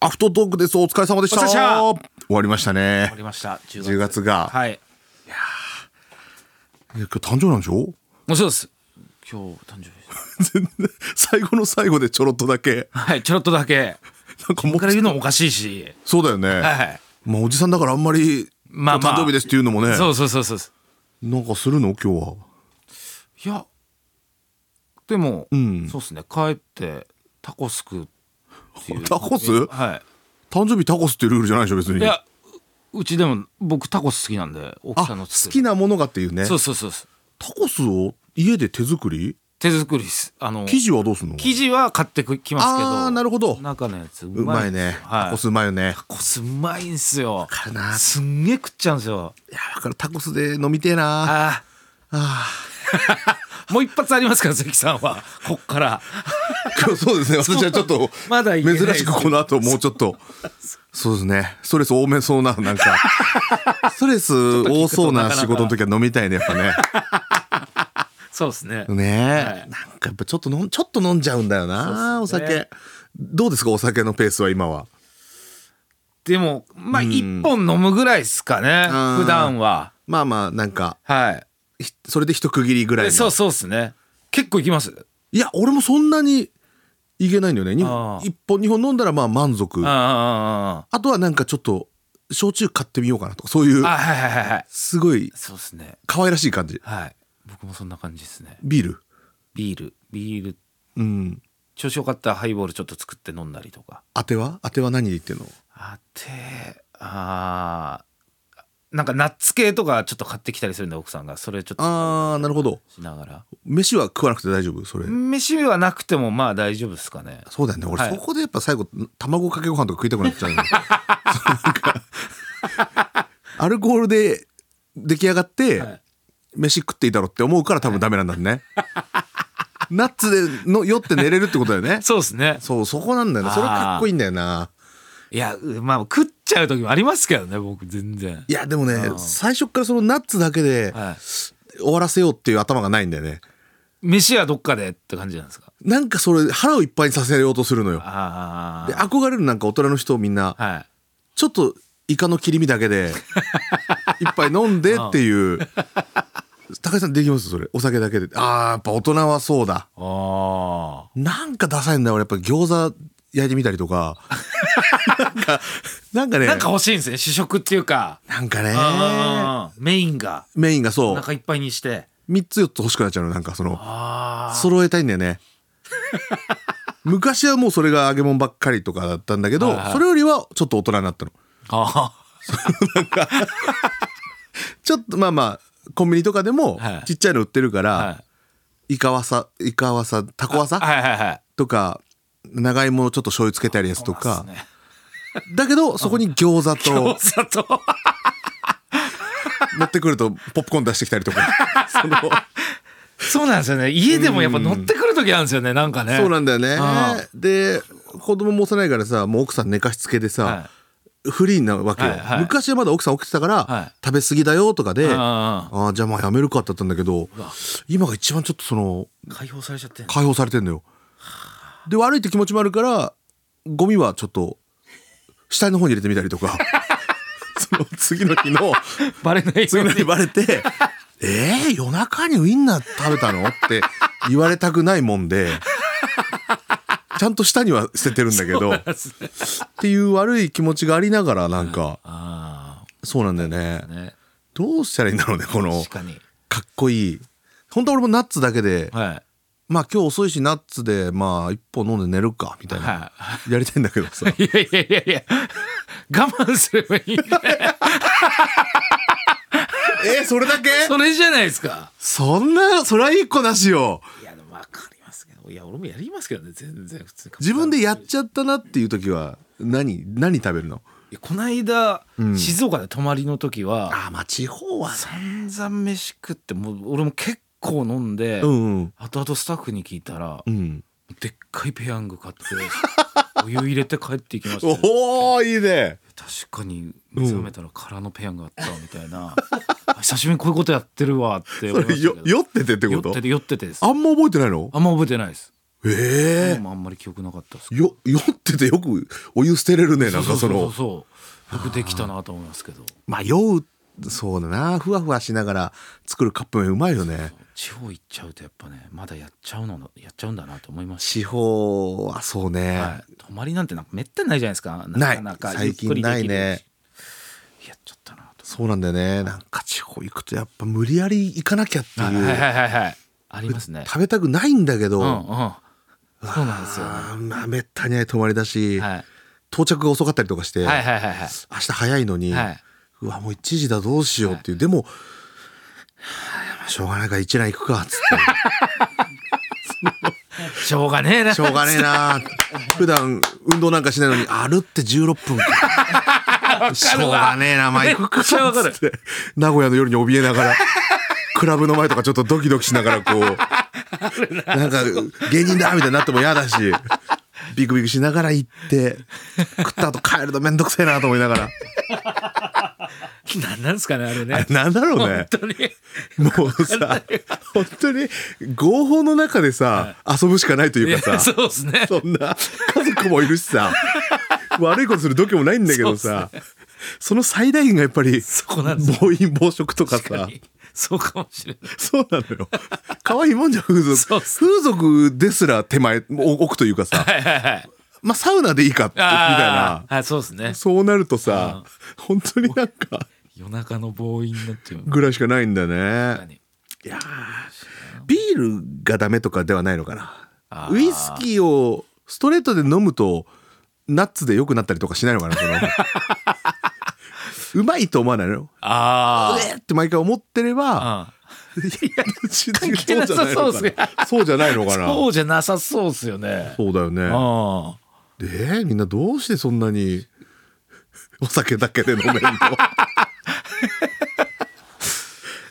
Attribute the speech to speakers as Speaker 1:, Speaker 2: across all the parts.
Speaker 1: アフトドッグですお疲れ様でした
Speaker 2: お疲れ様
Speaker 1: 終わりましたね
Speaker 2: ありました10
Speaker 1: 10月が、
Speaker 2: はい
Speaker 1: いや今日誕生なんでしょ
Speaker 2: もうそうです今日誕生日です
Speaker 1: 全然最後の最後でちょろっとだけ
Speaker 2: はいちょろっとだけ
Speaker 1: なんかもう
Speaker 2: 僕から言うのもおかしいし
Speaker 1: そうだよね、
Speaker 2: はい
Speaker 1: まあおじさんだからあんまり、
Speaker 2: まあまあ
Speaker 1: 誕生日ですっていうのもね
Speaker 2: そうそうそうそう
Speaker 1: なんかするの今日はい
Speaker 2: やでも、
Speaker 1: ん
Speaker 2: そうですね帰ってタコス食うっていう
Speaker 1: タコス
Speaker 2: は
Speaker 1: 誕生日タコスってルールじゃないでしょ別に
Speaker 2: いいやうちでも僕タコス好きなんで奥
Speaker 1: あ
Speaker 2: さんの
Speaker 1: 好
Speaker 2: 作る
Speaker 1: きなものがっていうね
Speaker 2: そうそうそうそう
Speaker 1: タコスを家で手作り
Speaker 2: 手作りですあの
Speaker 1: 生地はどうすんの
Speaker 2: 生地は買ってきますけど
Speaker 1: あーなるほど
Speaker 2: 中のやつう
Speaker 1: うまいね、
Speaker 2: はい、
Speaker 1: タコスうまいよね
Speaker 2: タコスうまいんすよ
Speaker 1: かるな
Speaker 2: すんげえ食っちゃうんすよ
Speaker 1: いやだからタコスで飲みてえな
Speaker 2: ああ もう一発ありますから関さんはこっから
Speaker 1: 今日そうですね私はちょっと
Speaker 2: まだ言えない
Speaker 1: 珍しくこの後もうちょっとそうですねストレス多めそうななん かストレス多そうな仕事の時は飲みたいねやっぱね
Speaker 2: そうですね、
Speaker 1: ねえ、なんかやっぱちょっと飲んちょっと飲んじゃうんだよな、お
Speaker 2: そうっすね
Speaker 1: 酒どうですかお酒のペースは今は
Speaker 2: でもまあ一本飲むぐらいですかね
Speaker 1: うん
Speaker 2: 普段は
Speaker 1: まあまあなんか
Speaker 2: はい
Speaker 1: ひそれで一区切りぐらい
Speaker 2: えそ
Speaker 1: の
Speaker 2: うそうですね結構いきます
Speaker 1: いや俺もそんなにいけないんだよねに
Speaker 2: あー
Speaker 1: 一本二本飲んだらまあ満足
Speaker 2: ああ
Speaker 1: あ
Speaker 2: あ
Speaker 1: とはなんかちょっと焼酎買ってみようかなとかそういう
Speaker 2: あああはいはいはいはい
Speaker 1: すごい
Speaker 2: そうですね
Speaker 1: 可愛らしい感じ
Speaker 2: はい僕もそんな感じですね
Speaker 1: ビール
Speaker 2: ビールビール
Speaker 1: うん
Speaker 2: 調子よかったらハイボールちょっと作って飲んだりとか
Speaker 1: 当ては当ては何で言ってんの
Speaker 2: あてあーなんかナッツ系とかちょっと買ってきたりするんで奥さんがそれちょっと
Speaker 1: あーなるほど
Speaker 2: しながら
Speaker 1: 飯は食わなくて大丈夫それ
Speaker 2: 飯はなくてもまあ大丈夫ですかね
Speaker 1: そうだよね俺、
Speaker 2: はい
Speaker 1: そこでやっぱ最後卵かけご飯とか食いたくなっちゃう よなんかアルコールで出来上がって、
Speaker 2: はい
Speaker 1: 飯食っていいだろうって思うから多分ダメなんだねナッツでの酔って寝れるってことだよね
Speaker 2: そうですね
Speaker 1: そうそこなんだよねそれかっこいいんだよない
Speaker 2: やうまあ食っちゃう時もありますけどね僕全然
Speaker 1: いやでもね最初からそのナッツだけで
Speaker 2: はい
Speaker 1: 終わらせようっていう頭がないんだよね
Speaker 2: 飯はどっかでって感じなんですか
Speaker 1: なんかそれ腹をいっぱいにさせようとするのよ
Speaker 2: あ
Speaker 1: で憧れるなんか大人の人みんな
Speaker 2: あはい
Speaker 1: ちょっとイカの切り身だけ で一杯飲んでっていう高橋さんできますそれお酒だけでああやっぱ大人はそうだ
Speaker 2: あ
Speaker 1: なんかダサいんだよ俺やっぱ餃子焼いてみたりと かなんかなんかね
Speaker 2: あなんか欲しいんですね主食っていうか
Speaker 1: なんかね
Speaker 2: あーメインが
Speaker 1: メインがそ
Speaker 2: お
Speaker 1: う
Speaker 2: 腹いっぱいにして
Speaker 1: 3つ4つ欲しくなっちゃうのなんかその
Speaker 2: ああ
Speaker 1: 揃えたいんだよ ね昔はもうそれが揚げ物ばっかりとかだったんだけど、
Speaker 2: はいはい
Speaker 1: それよりはちょっと大人になったの
Speaker 2: あ
Speaker 1: ちょっとまあまあコンビニとかでも
Speaker 2: はい
Speaker 1: ちっちゃいの売ってるから、
Speaker 2: あはい
Speaker 1: イカワサイカワサタコワサ
Speaker 2: はいはいはい
Speaker 1: とか長芋をちょっと醤油つけたりやつと
Speaker 2: そ
Speaker 1: か
Speaker 2: う、っすね
Speaker 1: だけどそこに餃子と
Speaker 2: 餃子と
Speaker 1: 乗ってくるとポップコーン出してきたりと かその
Speaker 2: そうなんですよね家でもやっぱ乗ってくる時あるんですよねなんかね
Speaker 1: そうなんだよね
Speaker 2: ああ
Speaker 1: で子供も幼いからさもう奥さん寝かしつけでさ、
Speaker 2: は
Speaker 1: フリーなわけよ、
Speaker 2: はいはい
Speaker 1: 昔はまだ奥さん起きてたから、
Speaker 2: はい
Speaker 1: 食べ過ぎだよとかで、
Speaker 2: うんうんうん
Speaker 1: ああじゃあまあやめるかって言ったんだけど今が一番ちょっとその
Speaker 2: 解放されちゃってんの
Speaker 1: 解放されてんのよで悪いって気持ちもあるからゴミはちょっと死体の方に入れてみたりとか その次の日の
Speaker 2: バレないよ
Speaker 1: 次
Speaker 2: う
Speaker 1: の
Speaker 2: に
Speaker 1: 日バレて「えー、夜中にウインナー食べたの?」って言われたくないもんでちゃんと下には捨ててるんだけどっていう悪い気持ちがありながらなんか
Speaker 2: あ
Speaker 1: そうなんだよね
Speaker 2: あね
Speaker 1: どうしたらいいんだろうねこの
Speaker 2: 確かに
Speaker 1: かっこいい本当は俺もナッツだけで
Speaker 2: は
Speaker 1: まあ今日遅いしナッツでまあ一本飲んで寝るかみたい
Speaker 2: い
Speaker 1: な
Speaker 2: は
Speaker 1: やりたいんだけどさ
Speaker 2: いいやいやいやいや我慢すればい いね
Speaker 1: えーそれだけ
Speaker 2: それじゃないですか
Speaker 1: そんなそりゃいい子なしよ
Speaker 2: いやでもわかりますけどいや俺もやりますけどね全然普通に
Speaker 1: 自分で
Speaker 2: い
Speaker 1: やっちゃったなっていう時は何何食べるの
Speaker 2: やこの間、静岡で泊まりの時は
Speaker 1: あーまあ地方はね
Speaker 2: 散々飯食ってもう俺も結構飲んで、
Speaker 1: うんうん
Speaker 2: 後々スタッフに聞いたら、
Speaker 1: うん
Speaker 2: でっかいペヤング買って お湯入れて帰っていきましたよ
Speaker 1: おおいいね
Speaker 2: 確かに目覚めたら空のペヤングあったみたいな、 あ久しぶりにこういうことやってるわって思い
Speaker 1: そ
Speaker 2: ま
Speaker 1: れ
Speaker 2: した
Speaker 1: よ
Speaker 2: けど
Speaker 1: 酔っててってこ
Speaker 2: 酔
Speaker 1: と
Speaker 2: ってて酔っててです
Speaker 1: あんま覚えてないの
Speaker 2: あんま覚えてないです
Speaker 1: ええ
Speaker 2: もうあんまり記憶なかったです
Speaker 1: えよ酔っててよくお湯捨てれるねなんかそ
Speaker 2: そう
Speaker 1: の
Speaker 2: そうそうよくできたなと思いますけど
Speaker 1: まあ酔うそうだなふわふわしながら作るカップ麺うまいよね
Speaker 2: 地方行っちゃうとやっぱねまだやっちゃうのやっちゃうんだなと思います
Speaker 1: 地方はそうね、
Speaker 2: はい、泊まりなんてなんかめったにないじゃないですか
Speaker 1: ない
Speaker 2: かなか
Speaker 1: 最近ないね
Speaker 2: ゆっくりできるしやっちゃったなと
Speaker 1: そうなんだよねなんか地方行くとやっぱ無理やり行かなきゃって
Speaker 2: はい
Speaker 1: いう、
Speaker 2: はいはいはいありますね
Speaker 1: 食べたくないんだけど、
Speaker 2: うんうんそうなんですよねは
Speaker 1: あーまあめったにない泊まりだし、
Speaker 2: いはい
Speaker 1: 到着が遅かったりとかして、
Speaker 2: はいはいはい
Speaker 1: 明日早いのに、
Speaker 2: はいう
Speaker 1: わもう1時だどうしようっていう、でもはあしょうがないから一覧行くかっつっ
Speaker 2: しょうがねえな
Speaker 1: てしょうがねえな普段運動なんかしないのに歩って16分かしょうがねえなまあ行くかっ
Speaker 2: めっちゃわかる
Speaker 1: つって名古屋の夜に怯えながらクラブの前とかちょっとドキドキしながらこうなんか芸人だみたいになっても嫌だしビクビクしながら行って食った後帰るのめんどくせえなと思いながら
Speaker 2: なんなんですかねあれね
Speaker 1: なんだろうね
Speaker 2: 本当に
Speaker 1: もうさ、本当に合法の中でさ、遊ぶしかないというかさ、
Speaker 2: そうですね
Speaker 1: そんな家族もいるしさ、悪いことする度胸もないんだけどさ、そ,、の最大限がやっぱり、
Speaker 2: そこなんですよ
Speaker 1: 暴飲暴食とか
Speaker 2: 確か
Speaker 1: さ、
Speaker 2: にそうかもしれない
Speaker 1: そうなのよ。可愛いもんじゃん風
Speaker 2: そう
Speaker 1: 俗。
Speaker 2: っす
Speaker 1: 風俗ですら手前、奥というかさ、
Speaker 2: はいはいはい
Speaker 1: まあサウナでいいかって、みたい
Speaker 2: あ
Speaker 1: な。
Speaker 2: あはいそうですね
Speaker 1: そうなるとさ、本当になんか、
Speaker 2: 夜中の暴飲のっていうの
Speaker 1: ぐらいしかないんだね
Speaker 2: が。ね
Speaker 1: いやービールがダメとかではないのかな
Speaker 2: あー
Speaker 1: ウイスキーをストレートで飲むとナッツで良くなったりとかしないのかなそ のうまいと思わないの
Speaker 2: あ
Speaker 1: うえーって毎回思ってれば
Speaker 2: あ
Speaker 1: いや
Speaker 2: 関係なさそうっすね
Speaker 1: そうじゃないのかな
Speaker 2: そうじゃなさそうですよね
Speaker 1: そうだよね
Speaker 2: あ
Speaker 1: でえーみんなどうしてそんなに お酒だけで飲め るの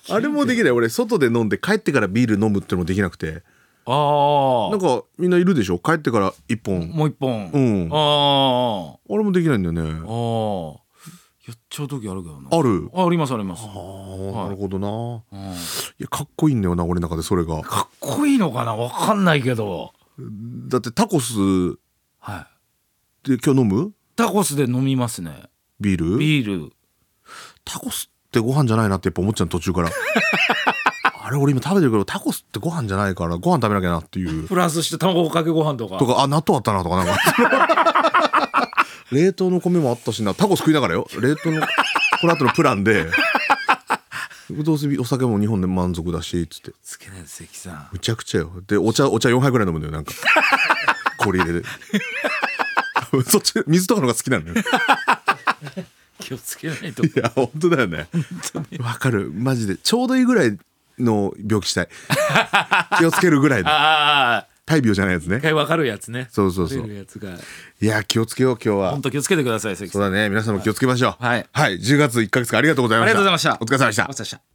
Speaker 1: あれもできない俺外で飲んで帰ってからビール飲むってのもできなくて
Speaker 2: ああ
Speaker 1: なんかみんないるでしょ帰ってから一本。
Speaker 2: もう一本。
Speaker 1: うん
Speaker 2: あ
Speaker 1: 俺もできないんだよね。
Speaker 2: あ。ああ。やっちゃう時あるけどな。
Speaker 1: ある。
Speaker 2: あありますあります。
Speaker 1: ああ、なるほどな。
Speaker 2: うん
Speaker 1: いや、かっこいいんだよな、俺の中でそれが。
Speaker 2: かっこいいのかなわかんないけど。
Speaker 1: だってタコス
Speaker 2: はい。
Speaker 1: で今日飲む
Speaker 2: タコスで飲みますね。
Speaker 1: ビール
Speaker 2: ビール。
Speaker 1: タコスってご飯じゃないなってやっぱ思っちゃう途中 から。あれ、俺今食べてるけど、タコスってご飯じゃないから、ご飯食べなきゃなっていう。
Speaker 2: プラスして卵かけご飯とか。
Speaker 1: とか、あ、納豆あったなとか、なんか。 冷凍の米もあったしな、タコス食いながらよ。冷凍の、この後のプラン で。どうせお酒も日本で満足だし、つって。
Speaker 2: つけない関さん。
Speaker 1: むちゃくちゃよでお茶お茶4杯ぐらい飲むのよ なんか氷入れて そっち水とかの方が好きなのよ
Speaker 2: 気をつけないと。
Speaker 1: いや本当だよねわかるマジでちょうどいいぐらいの病気したい 気をつけるぐらいの
Speaker 2: ああ。
Speaker 1: 大病じゃないやつね
Speaker 2: 一回わかるやつね。
Speaker 1: そうそうそう
Speaker 2: 出るやつが。
Speaker 1: いや気をつけよう今日は
Speaker 2: 本当気をつけてください関
Speaker 1: そ
Speaker 2: さ。
Speaker 1: うんだね皆さんも気をつけましょう
Speaker 2: はい
Speaker 1: はい、10月1ヶ月間ありがとうございました
Speaker 2: ありがとうございました
Speaker 1: お疲れ様でした
Speaker 2: お疲れ様でした。